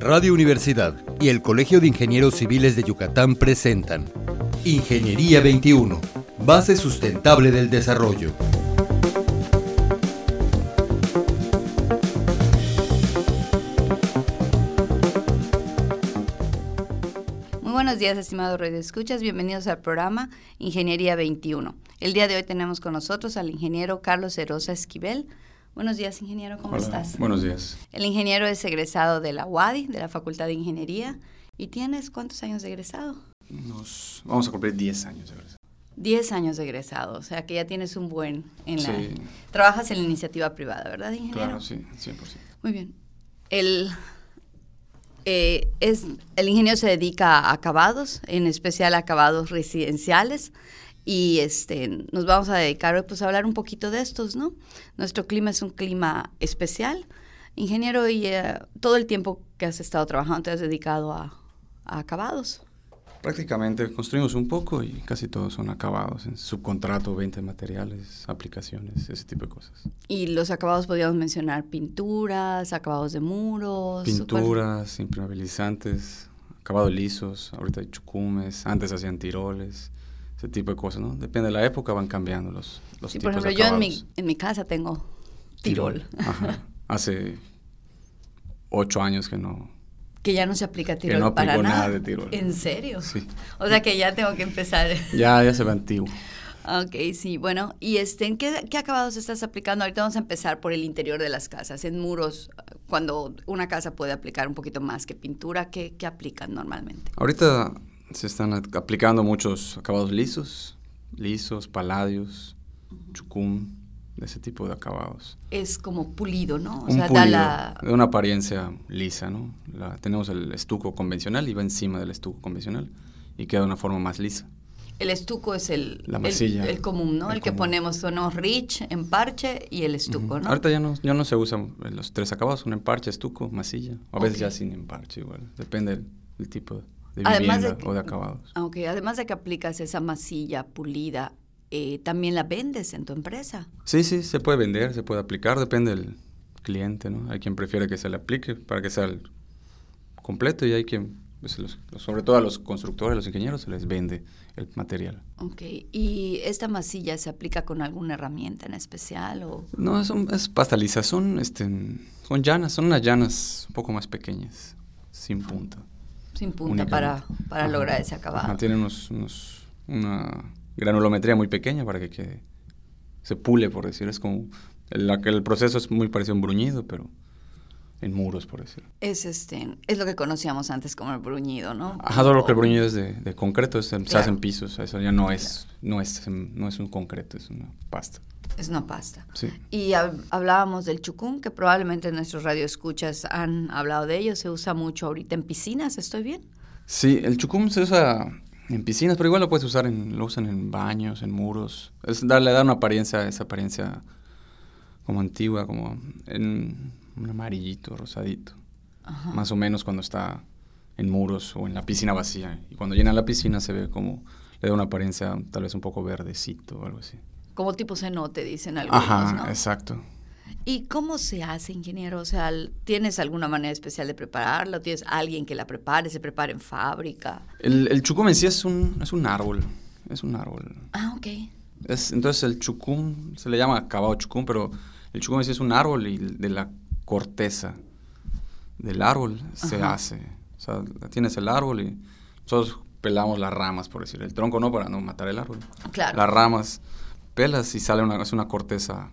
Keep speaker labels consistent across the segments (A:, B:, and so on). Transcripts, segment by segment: A: Radio Universidad y el Colegio de Ingenieros Civiles de Yucatán presentan Ingeniería 21, base sustentable del desarrollo.
B: Muy buenos días, estimados Escuchas. Bienvenidos al programa Ingeniería 21. El día de hoy tenemos con nosotros al ingeniero Carlos Herosa Esquivel. Buenos días, ingeniero, ¿cómo
C: Hola,
B: estás?
C: Buenos días.
B: El ingeniero es egresado de la UADI, de la Facultad de Ingeniería. ¿Y tienes cuántos años de egresado?
C: Nos- vamos a cumplir 10 años. de verdad.
B: 10 años de egresado, o sea que ya tienes un buen en la...
C: Sí.
B: Trabajas en la iniciativa privada, ¿verdad, ingeniero?
C: Claro, sí, 100%.
B: Muy bien. El, eh, es, el ingeniero se dedica a acabados, en especial a acabados residenciales. Y este, nos vamos a dedicar hoy pues, a hablar un poquito de estos, ¿no? Nuestro clima es un clima especial. Ingeniero, y eh, todo el tiempo que has estado trabajando te has dedicado a, a acabados.
C: Prácticamente construimos un poco y casi todos son acabados en subcontrato, venta de materiales, aplicaciones, ese tipo de cosas.
B: Y los acabados podríamos mencionar pinturas, acabados de muros. ¿cuál?
C: Pinturas, impermeabilizantes, acabados lisos, ahorita hay chucumes, antes hacían tiroles, ese tipo de cosas, ¿no? Depende de la época van cambiando los, los
B: Sí, por
C: tipos
B: ejemplo,
C: de
B: yo en
C: acabados.
B: mi, en mi casa tengo tirol,
C: Ajá. Hace ocho años que no...
B: que ya no se aplica
C: Que
B: tirol
C: no
B: para
C: aplico
B: nada.
C: nada de tirol.
B: ¿En serio?
C: Sí.
B: O sea que ya tengo que empezar.
C: Ya, ya se ve antiguo.
B: ok, sí, bueno. ¿Y este, ¿en qué, qué acabados estás aplicando? Ahorita vamos a empezar por el interior de las casas, en muros, cuando una casa puede aplicar un poquito más que pintura, ¿qué, qué aplican normalmente?
C: Ahorita se están at- aplicando muchos acabados lisos, lisos, paladios, chucum, de ese tipo de acabados.
B: Es como pulido, ¿no? O
C: Un
B: sea,
C: pulido
B: da la...
C: de una apariencia lisa, ¿no? La- tenemos el estuco convencional y va encima del estuco convencional y queda de una forma más lisa.
B: El estuco es el,
C: La
B: el-
C: masilla.
B: el, común, ¿no? El,
C: El
B: que
C: común.
B: ponemos, ponemos rich, emparche y el estuco,
C: Ujú.
B: ¿no?
C: Ahorita ya no, ya no se usan los tres acabados, un emparche, estuco, masilla, o a veces
B: Ok.
C: ya sin emparche igual, depende del, del tipo de, de
B: Además de
C: vivienda
B: que-
C: o de acabados.
B: Ah, Ok, además de que aplicas esa masilla pulida, eh, también la vendes en tu empresa.
C: Sí, sí, se puede vender, se puede aplicar, depende del cliente, ¿no? Hay quien prefiere que se le aplique para que sea el completo y hay quien, pues, los- los- sobre todo a los constructores, los ingenieros, se les vende el material.
B: Ok, ¿y esta masilla se aplica con alguna herramienta en especial o...?
C: No, son, es pastaliza, son, este, son llanas, son unas llanas un poco más pequeñas, sin punta.
B: Sin punta
C: únicamente.
B: para, para
C: Ajá.
B: lograr ese acabado.
C: Ajá, tiene unos- unos- una granulometría muy pequeña para que quede, se pule, por decir. Es como, el, el proceso es muy parecido a un bruñido, pero en muros, por decir.
B: Es, este, es lo que conocíamos antes como el bruñido, ¿no?
C: Ajá, solo que el bruñido es de, de concreto, es- se
B: Claro.
C: hacen pisos, eso ya no es, no es, no es un concreto, es una pasta.
B: Es una pasta.
C: Sí.
B: Y hab- hablábamos del chucún, que probablemente nuestros radioescuchas han hablado de ello. Se usa mucho ahorita en piscinas, ¿estoy bien?
C: Sí, el chucum se usa en piscinas, pero igual lo puedes usar en, lo usan en baños, en muros. Es darle da una apariencia, esa apariencia como antigua, como en un amarillito, rosadito.
B: Ajá.
C: Más o menos cuando está en muros o en la piscina vacía. Y cuando llena la piscina se ve como, le da una apariencia tal vez un poco verdecito o algo así.
B: Como tipo cenote, dicen algunos,
C: Ajá,
B: ¿no?
C: exacto.
B: ¿Y cómo se hace, ingeniero? O sea, l- ¿tienes alguna manera especial de prepararla? ¿Tienes alguien que la prepare? ¿Se prepara en fábrica?
C: El, el chucum en sí es un, es un árbol, es un árbol.
B: Ah, ok.
C: Es- entonces el chucum, se le llama acabado chucum, pero el chucum en sí es un árbol y de la corteza del árbol se
B: Ajá.
C: hace. O sea, tienes el árbol y nosotros pelamos las ramas, por decir, el tronco no para no matar el árbol.
B: Claro.
C: Las ramas pelas y sale una, es una corteza,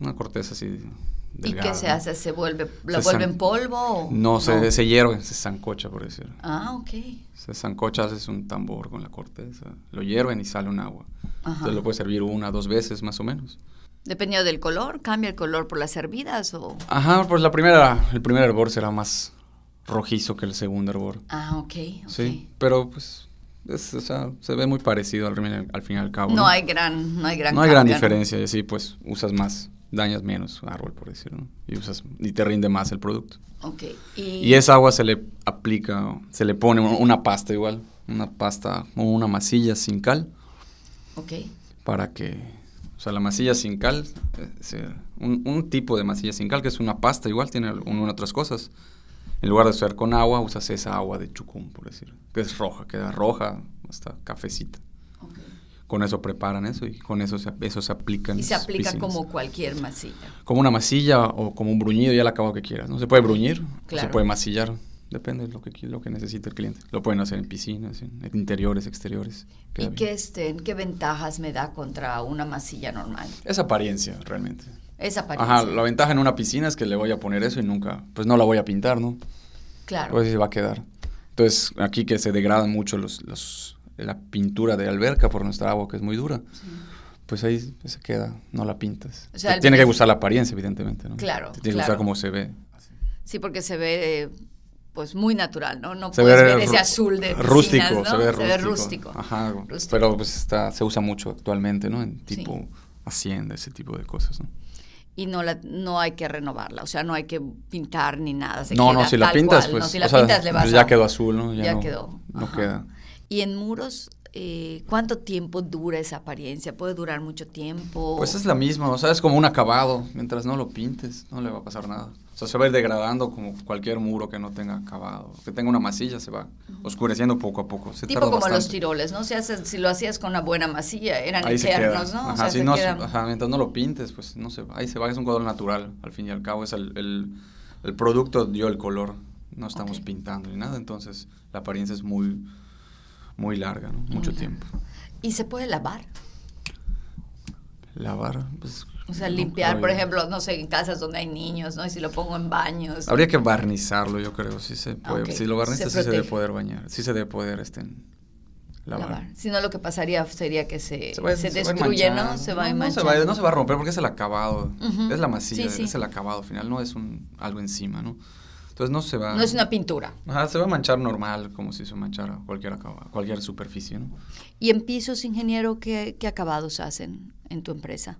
C: una corteza así
B: ¿Y
C: delgada.
B: qué se
C: ¿no?
B: hace? Oh, ¿Se vuelve, la
C: Se
B: vuelve
C: san-
B: en polvo? o-
C: No, se, se hierve, se zancocha, por decir.
B: Ah, ok.
C: Se zancocha, haces un tambor con la corteza, lo hierven y sale un agua.
B: Ajá.
C: Entonces lo puedes servir una, dos veces más o menos.
B: Dependiendo del color, ¿cambia el color por las hervidas o...?
C: Ajá, pues la primera, el primer hervor será más rojizo que el segundo hervor.
B: Ah, ok, ok.
C: Sí, pero pues es- o sea, se ve muy parecido al, rim- al fin y al cabo.
B: No hay gran, no hay gran
C: Ah, No hay gran
B: cambio,
C: diferencia y así pues usas más, dañas menos árbol por decirlo, ¿no? y usas y te rinde más el producto.
B: Ok. Y,
C: Y esa agua se le aplica, se le pone un- una pasta igual, una pasta o una masilla sin cal.
B: Ok.
C: para que, o sea, la masilla sin cal, eh, se- un, un tipo de masilla sin cal que es una pasta igual, tiene algunas otras cosas, En lugar de usar con agua, usas esa agua de chucum, por decir. Que es roja, queda roja, hasta cafecita. Con eso preparan eso y con eso se, eso se aplica en
B: Y se
C: las
B: aplica
C: piscinas.
B: como cualquier masilla.
C: Como una masilla o como un bruñido, ya la acabo que quieras. No se puede bruñir,
B: Claro.
C: se puede masillar. Depende de lo que, qui- lo que necesite el cliente. Lo pueden hacer en piscinas, en interiores, exteriores. queda
B: ¿Y
C: bien.
B: qué, este, qué ventajas me da contra una masilla normal?
C: Es apariencia, realmente.
B: Esa apariencia.
C: Ajá, la ventaja en una piscina es que le voy a poner eso y nunca, pues no la voy a pintar, ¿no?
B: Claro.
C: Pues se va a quedar. Entonces, aquí que se degradan mucho los, los- la pintura de alberca por nuestra agua, que es muy dura, pues ahí se queda, no la pintas.
B: O sea,
C: Te
B: el
C: tiene que
B: benef-
C: gustar la apariencia, evidentemente, ¿no?
B: Claro,
C: Te tiene que
B: claro.
C: gustar cómo se ve.
B: Sí, porque se ve eh, pues muy natural, ¿no? No
C: Se
B: puedes
C: ve
B: ver
C: ru-
B: ese azul de piscinas,
C: rústico,
B: ¿no?
C: se ve rústico. Ajá,
B: Ajá.
C: pero pues está, se usa mucho actualmente, ¿no? En
B: Sí.
C: tipo hacienda, ese tipo de cosas, ¿no?
B: Y no la no hay que renovarla, o sea, no hay que pintar ni nada, se
C: No, no,
B: queda
C: si la
B: tal
C: pintas,
B: cual,
C: pues.
B: no, si
C: o
B: la
C: sea,
B: pintas le vas
C: Ya
B: a-
C: quedó azul, ¿no?
B: Ya,
C: no-
B: quedó.
C: No
B: Ajá.
C: queda.
B: Y en muros eh, ¿cuánto tiempo dura esa apariencia? ¿Puede durar mucho tiempo?
C: Pues es la misma, o sea, es como un acabado. Mientras no lo pintes, no le va a pasar nada. O sea, se va a ir degradando como cualquier muro que no tenga acabado. Que tenga una masilla, se va oscureciendo poco a poco. Se
B: tipo
C: tarda
B: como los
C: bastante.
B: tiroles, ¿no? Si, haces- si lo hacías con una buena masilla, eran
C: Ahí se queda.
B: eternos, ¿no?
C: Ajá,
B: o sea,
C: si
B: se
C: no-
B: quedan-
C: ajá, mientras no lo pintes, pues no se va. Ahí se va, es un color natural. Al fin y al cabo, es el, el- el producto dio el color. No estamos
B: Ok.
C: pintando ni nada, entonces la apariencia es muy, muy larga, ¿no? Mucho
B: larga.
C: tiempo.
B: Y se puede lavar.
C: Lavar, pues.
B: O sea,
C: no
B: limpiar,
C: creo
B: por
C: yo.
B: ejemplo, no sé, en casas donde hay niños, ¿no? Y si lo pongo en baños.
C: Habría que barnizarlo, yo creo. Si se puede,
B: Ok,
C: si lo barnizas,
B: se
C: sí se debe
B: protege.
C: poder bañar. Sí se debe poder este, lavar.
B: lavar. Si no, lo que pasaría sería que eh, se, se,
C: va- va a
B: destruye,
C: manchar.
B: ¿no? Se va a
C: no, no
B: manchar.
C: se va, no se va a romper porque es el acabado.
B: Ujú.
C: Es la masilla,
B: Sí, sí.
C: es el acabado final, no es un algo encima, ¿no? Entonces no se va.
B: No es una pintura.
C: Ajá, se va a manchar normal, como si se manchara cualquier, acaba- cualquier superficie, ¿no?
B: ¿Y en pisos, ingeniero, qué, qué acabados hacen en tu empresa?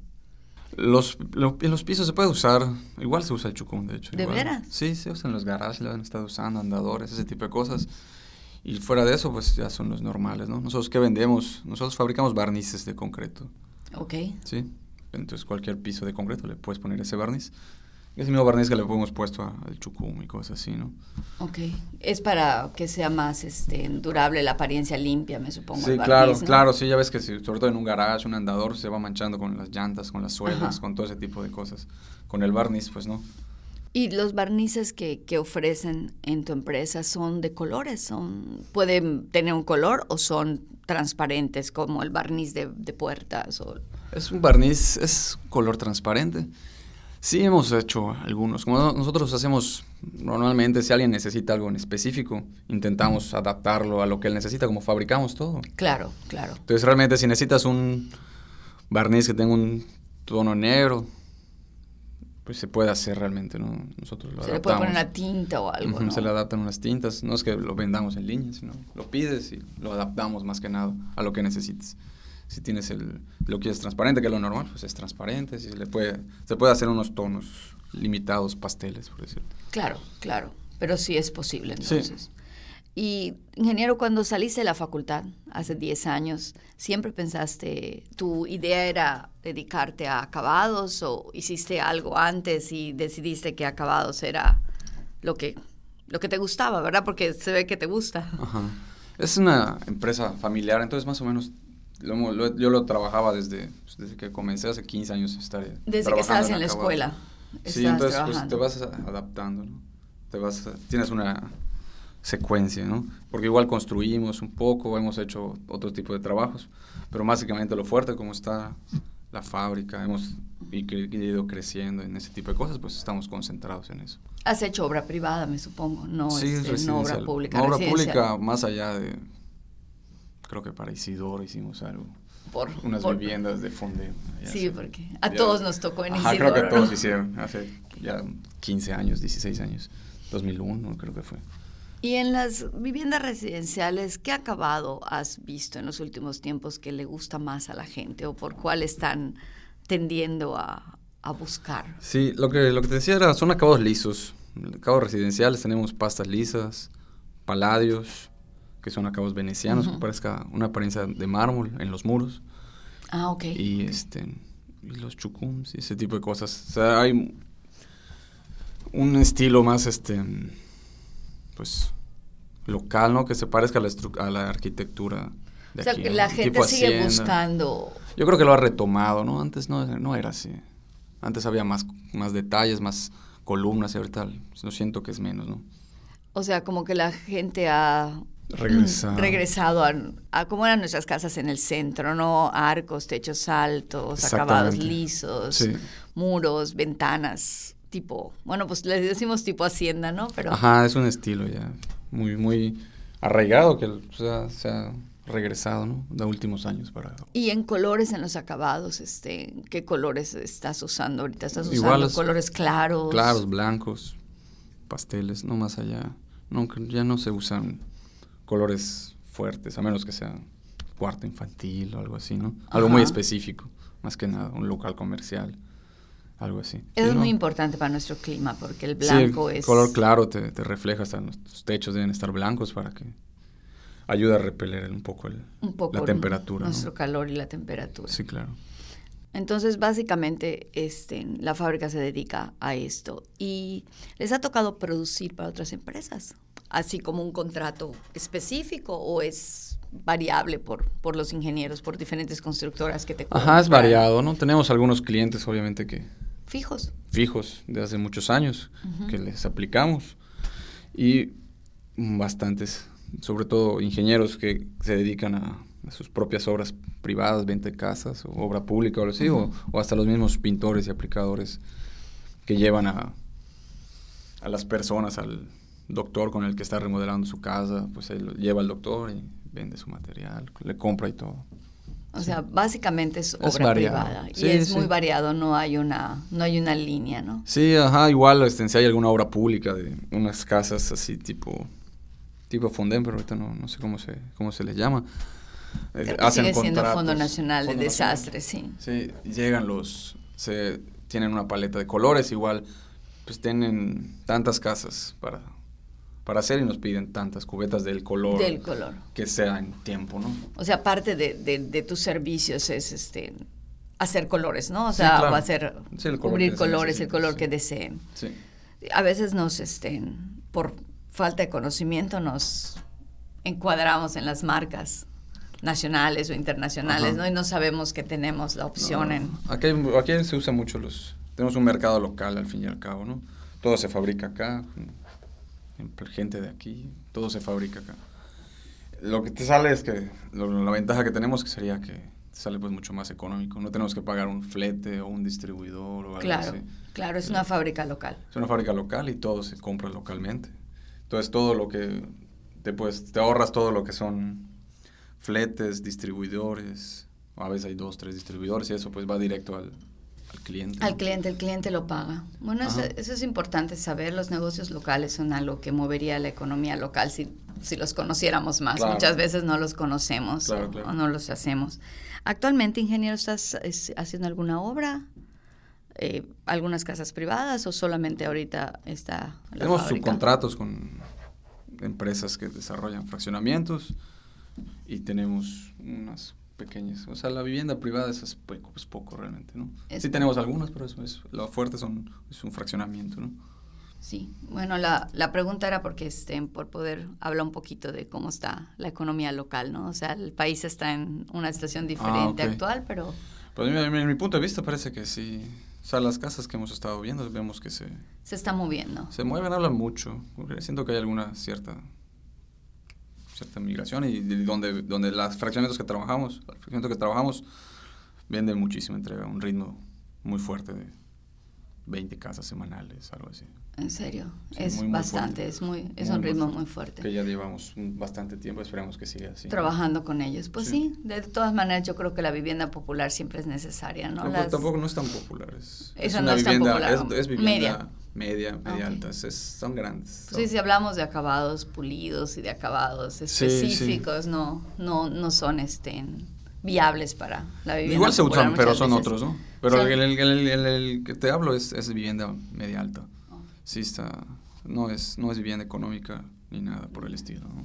C: Los, lo- en los pisos se puede usar, igual se usa el chucum, de hecho.
B: ¿De
C: igual.
B: veras?
C: Sí, se usa en los garages, lo han estado usando, andadores, ese tipo de cosas. Y fuera de eso, pues ya son los normales, ¿no? Nosotros, ¿qué vendemos? Nosotros fabricamos barnices de concreto,
B: Ok.
C: ¿sí? Entonces, cualquier piso de concreto le puedes poner ese barniz. Ese mismo barniz que le hemos puesto a- al chucum y cosas así, ¿no?
B: Ok. Es para que sea más este, durable la apariencia limpia, me supongo.
C: Sí,
B: el barniz,
C: claro,
B: ¿no?
C: claro, sí, ya ves que si, sobre todo en un garage, un andador se va manchando con las llantas, con las suelas,
B: Ajá.
C: con todo ese tipo de cosas. Con el barniz, pues no.
B: ¿Y los barnices que, que ofrecen en tu empresa son de colores? son ¿Pueden tener un color o son transparentes como el barniz de, de puertas? O,
C: Es un barniz, es color transparente. Sí, hemos hecho algunos. Como no- nosotros hacemos normalmente, si alguien necesita algo en específico, intentamos adaptarlo a lo que él necesita, como fabricamos todo.
B: claro, claro.
C: Entonces, realmente, si necesitas un barniz que tenga un tono negro, pues se puede hacer realmente, ¿no? Nosotros lo
B: Se le puede poner
C: adaptamos.
B: una tinta o algo.
C: Ujú,
B: ¿no?
C: Se le adaptan unas tintas. No es que lo vendamos en línea, sino lo pides y lo adaptamos más que nada a lo que necesites. Si tienes el, lo que es transparente, que es lo normal, pues es transparente. Si se, le puede, se puede hacer unos tonos limitados, pasteles, por decirlo.
B: Claro, claro. Pero sí es posible
C: Sí.
B: entonces. Y, ingeniero, cuando saliste de la facultad hace 10 años, ¿siempre pensaste, tu idea era dedicarte a acabados o hiciste algo antes y decidiste que acabados era lo que, lo que te gustaba, ¿verdad? Porque se ve que te gusta.
C: Ajá. Es una empresa familiar, entonces más o menos lo hemos- lo- yo lo trabajaba desde, pues, desde que comencé hace 15 años. Estar
B: Desde que
C: trabajando
B: estabas en la
C: acabados.
B: escuela.
C: Sí,
B: estabas
C: entonces pues, te
B: trabajando.
C: vas a- adaptando, ¿no? Te vas, a- tienes una secuencia, ¿no? Porque igual construimos un poco, hemos hecho otro tipo de trabajos, pero básicamente lo fuerte como está la fábrica, hemos y que- que ido creciendo en ese tipo de cosas, pues estamos concentrados en eso.
B: Has hecho obra privada, me supongo, no, este, no obra
C: residencial.
B: pública.
C: No, obra
B: residencial.
C: pública más allá de, creo que para Isidoro hicimos algo,
B: Por,
C: unas
B: por-
C: viviendas de Fonde. allá
B: Sí,
C: hace-
B: porque a
C: ya-
B: todos nos tocó en
C: Ajá,
B: Isidoro,
C: creo que todos
B: ¿no?
C: hicieron hace ya 15 años, 16 años. 2001 creo que fue.
B: Y en las viviendas residenciales, ¿qué acabado has visto en los últimos tiempos que le gusta más a la gente o por cuál están tendiendo a, a buscar?
C: Sí, lo que, lo que te decía era, son acabados lisos. Acabados residenciales tenemos pastas lisas, paladios, que son acabados venecianos, que parezca una apariencia de mármol en los muros.
B: Ah, ok.
C: Y este y los chucums y ese tipo de cosas. O sea, hay un estilo más este pues, local, ¿no? Que se parezca a la, estru- a la arquitectura. De
B: o sea,
C: aquí,
B: que
C: ¿no?
B: la gente
C: Tipo
B: sigue
C: hacienda.
B: buscando.
C: Yo creo que lo ha retomado, ¿no? Antes no, no era así. Antes había más, más detalles, más columnas y ahorita no siento que es menos, ¿no?
B: Mm, O sea, como que la gente ha Mm,
C: Regresado.
B: regresado a, a cómo eran nuestras casas en el centro, ¿no? Arcos, techos altos, acabados
C: Exactamente.
B: lisos,
C: Sí.
B: muros, ventanas, tipo, bueno, pues les decimos tipo hacienda, ¿no? Pero
C: Ajá, es un estilo ya muy, muy arraigado que o sea, se ha regresado, ¿no? De últimos años para acá.
B: y en colores en los acabados, este, ¿qué colores estás usando ahorita? ¿Estás usando
C: Igual es-
B: colores claros?
C: Claros, blancos, pasteles, no más allá. No, que ya no se usan colores fuertes, a menos que sea cuarto infantil o algo así, ¿no? Algo muy
B: Ajá.
C: específico, más que nada, un local comercial, algo así.
B: Eso
C: Sí,
B: es
C: ¿no?
B: muy importante para nuestro clima porque el
C: Sí,
B: blanco
C: el
B: es
C: color claro te, te refleja, hasta nuestros techos deben estar blancos para que ayude a repeler un poco, el-
B: un poco
C: la temperatura. ¿no?
B: nuestro calor y la temperatura.
C: Sí, claro.
B: Entonces, básicamente, este, la fábrica se dedica a esto y les ha tocado producir para otras empresas, así como un contrato específico o es variable por, por los ingenieros, por diferentes constructoras que te
C: Ajá, es
B: compran
C: variado, ¿no? Tenemos algunos clientes, obviamente, que
B: Fijos.
C: fijos de hace muchos años que les aplicamos y bastantes, sobre todo ingenieros que se dedican a, a sus propias obras privadas, venta de casas, o obra pública o algo así, o- o, hasta los mismos pintores y aplicadores que llevan a, a las personas, al doctor con el que está remodelando su casa, pues él lo lleva al doctor y vende su material, le compra y todo.
B: O sea, básicamente es obra
C: variado.
B: privada
C: Sí,
B: y es
C: sí.
B: muy variado, no hay una no hay una línea, ¿no?
C: Sí, ajá, igual este, si hay alguna obra pública de unas casas así tipo tipo Fonden, pero ahorita no, no sé cómo se cómo se les llama. Eh,
B: Creo que sigue siendo Fondo Nacional de
C: Fondo
B: Desastres, sí.
C: Sí, llegan los se tienen una paleta de colores, igual pues tienen tantas casas para para hacer y nos piden tantas cubetas del color
B: Del color.
C: que sea en tiempo, ¿no?
B: O sea, parte de, de- de tus servicios es este hacer colores, ¿no? O sea,
C: claro.
B: o hacer
C: Sí, el color
B: cubrir
C: que se
B: colores, el
C: necesite,
B: color
C: sí.
B: que deseen.
C: Sí.
B: A veces nos este por falta de conocimiento nos encuadramos en las marcas nacionales o internacionales,
C: Ajá.
B: ¿no? Y no sabemos que tenemos la opción en
C: Aquí, hay- aquí se usa mucho los... Tenemos un mercado local al fin y al cabo, ¿no? Todo se fabrica acá, en- en gente de aquí, todo se fabrica acá. Lo que te sale es que, lo- la ventaja que tenemos que sería que te sale pues mucho más económico. No tenemos que pagar un flete o un distribuidor o algo
B: Claro,
C: así.
B: claro, es una fábrica local.
C: Es una fábrica local y todo se compra localmente. Entonces todo lo que te pues te ahorras todo lo que son fletes, distribuidores, a veces hay dos, tres distribuidores y eso pues va directo al, al cliente.
B: Al
C: ¿no?
B: cliente, el cliente lo paga. Bueno, eso,
C: Ajá.
B: eso es importante saber. Los negocios locales son algo que movería la economía local si, si los conociéramos más.
C: Claro.
B: Muchas veces no los conocemos
C: Claro,
B: o,
C: claro.
B: o no los hacemos. Actualmente, ingeniero, ¿estás es, haciendo alguna obra? Eh, ¿Algunas casas privadas o solamente ahorita está la
C: Tenemos
B: fábrica?
C: subcontratos con empresas que desarrollan fraccionamientos y tenemos unas pequeñas, o sea, la vivienda privada esa es poco, es poco realmente, ¿no?
B: Es
C: sí tenemos algunas, pero eso es, lo fuerte son, es un fraccionamiento, ¿no?
B: Sí, bueno, la, la pregunta era porque este, por poder hablar un poquito de cómo está la economía local, ¿no? O sea, el país está en una situación diferente
C: Ah, ok.
B: actual, pero...
C: Pues mira, en mi punto de vista parece que sí. O sea, las casas que hemos estado viendo, vemos que se,
B: se está moviendo.
C: se mueven, hablan mucho. porque Siento que hay alguna cierta cierta migración y de- donde, donde las fraccionamientos que trabajamos, el fraccionamiento que trabajamos venden muchísimo, entrega un ritmo muy fuerte de 20 casas semanales, algo así.
B: En serio,
C: Sí,
B: es
C: muy, muy
B: bastante,
C: fuerte.
B: es muy, es
C: Muy,
B: un
C: muy
B: ritmo
C: fuerte.
B: muy fuerte.
C: Que ya llevamos un- bastante tiempo, esperemos que siga así.
B: Trabajando con ellos, pues sí.
C: Sí.
B: De todas maneras, yo creo que la vivienda popular siempre es necesaria, ¿no?
C: Tampoco,
B: Las-
C: tampoco no es tan popular. Es, es
B: Esa no
C: una
B: es tan
C: vivienda,
B: popular,
C: es,
B: ¿no?
C: es vivienda
B: Media.
C: media, media,
B: Ah, ok.
C: alta. es- son grandes.
B: Sí,
C: son-
B: si hablamos de acabados pulidos y de acabados
C: sí.
B: específicos, no, no, no son este viables para la vivienda.
C: Igual se
B: popular
C: usan, pero
B: muchas
C: son
B: veces.
C: otros, ¿no? Pero
B: Son-
C: el, el- el- el- el que te hablo es, es vivienda media alta.
B: Ok.
C: Sí está, no es, no es vivienda económica ni nada por el estilo, ¿no?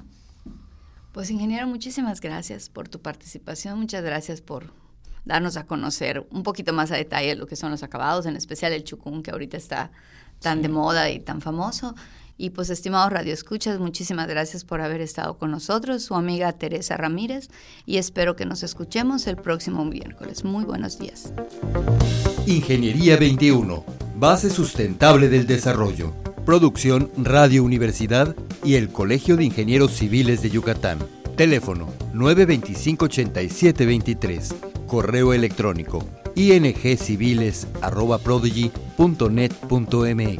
B: Pues ingeniero, muchísimas gracias por tu participación, muchas gracias por darnos a conocer un poquito más a detalle lo que son los acabados, en especial el chucún que ahorita está tan de moda y tan famoso. Y pues, estimados radioescuchas, muchísimas gracias por haber estado con nosotros, su amiga Teresa Ramírez, y espero que nos escuchemos el próximo miércoles. Muy buenos días.
A: Ingeniería 21, base sustentable del desarrollo. Producción Radio Universidad y el Colegio de Ingenieros Civiles de Yucatán. Teléfono 925-8723. Correo electrónico ingciviles.prodigy.net.mx.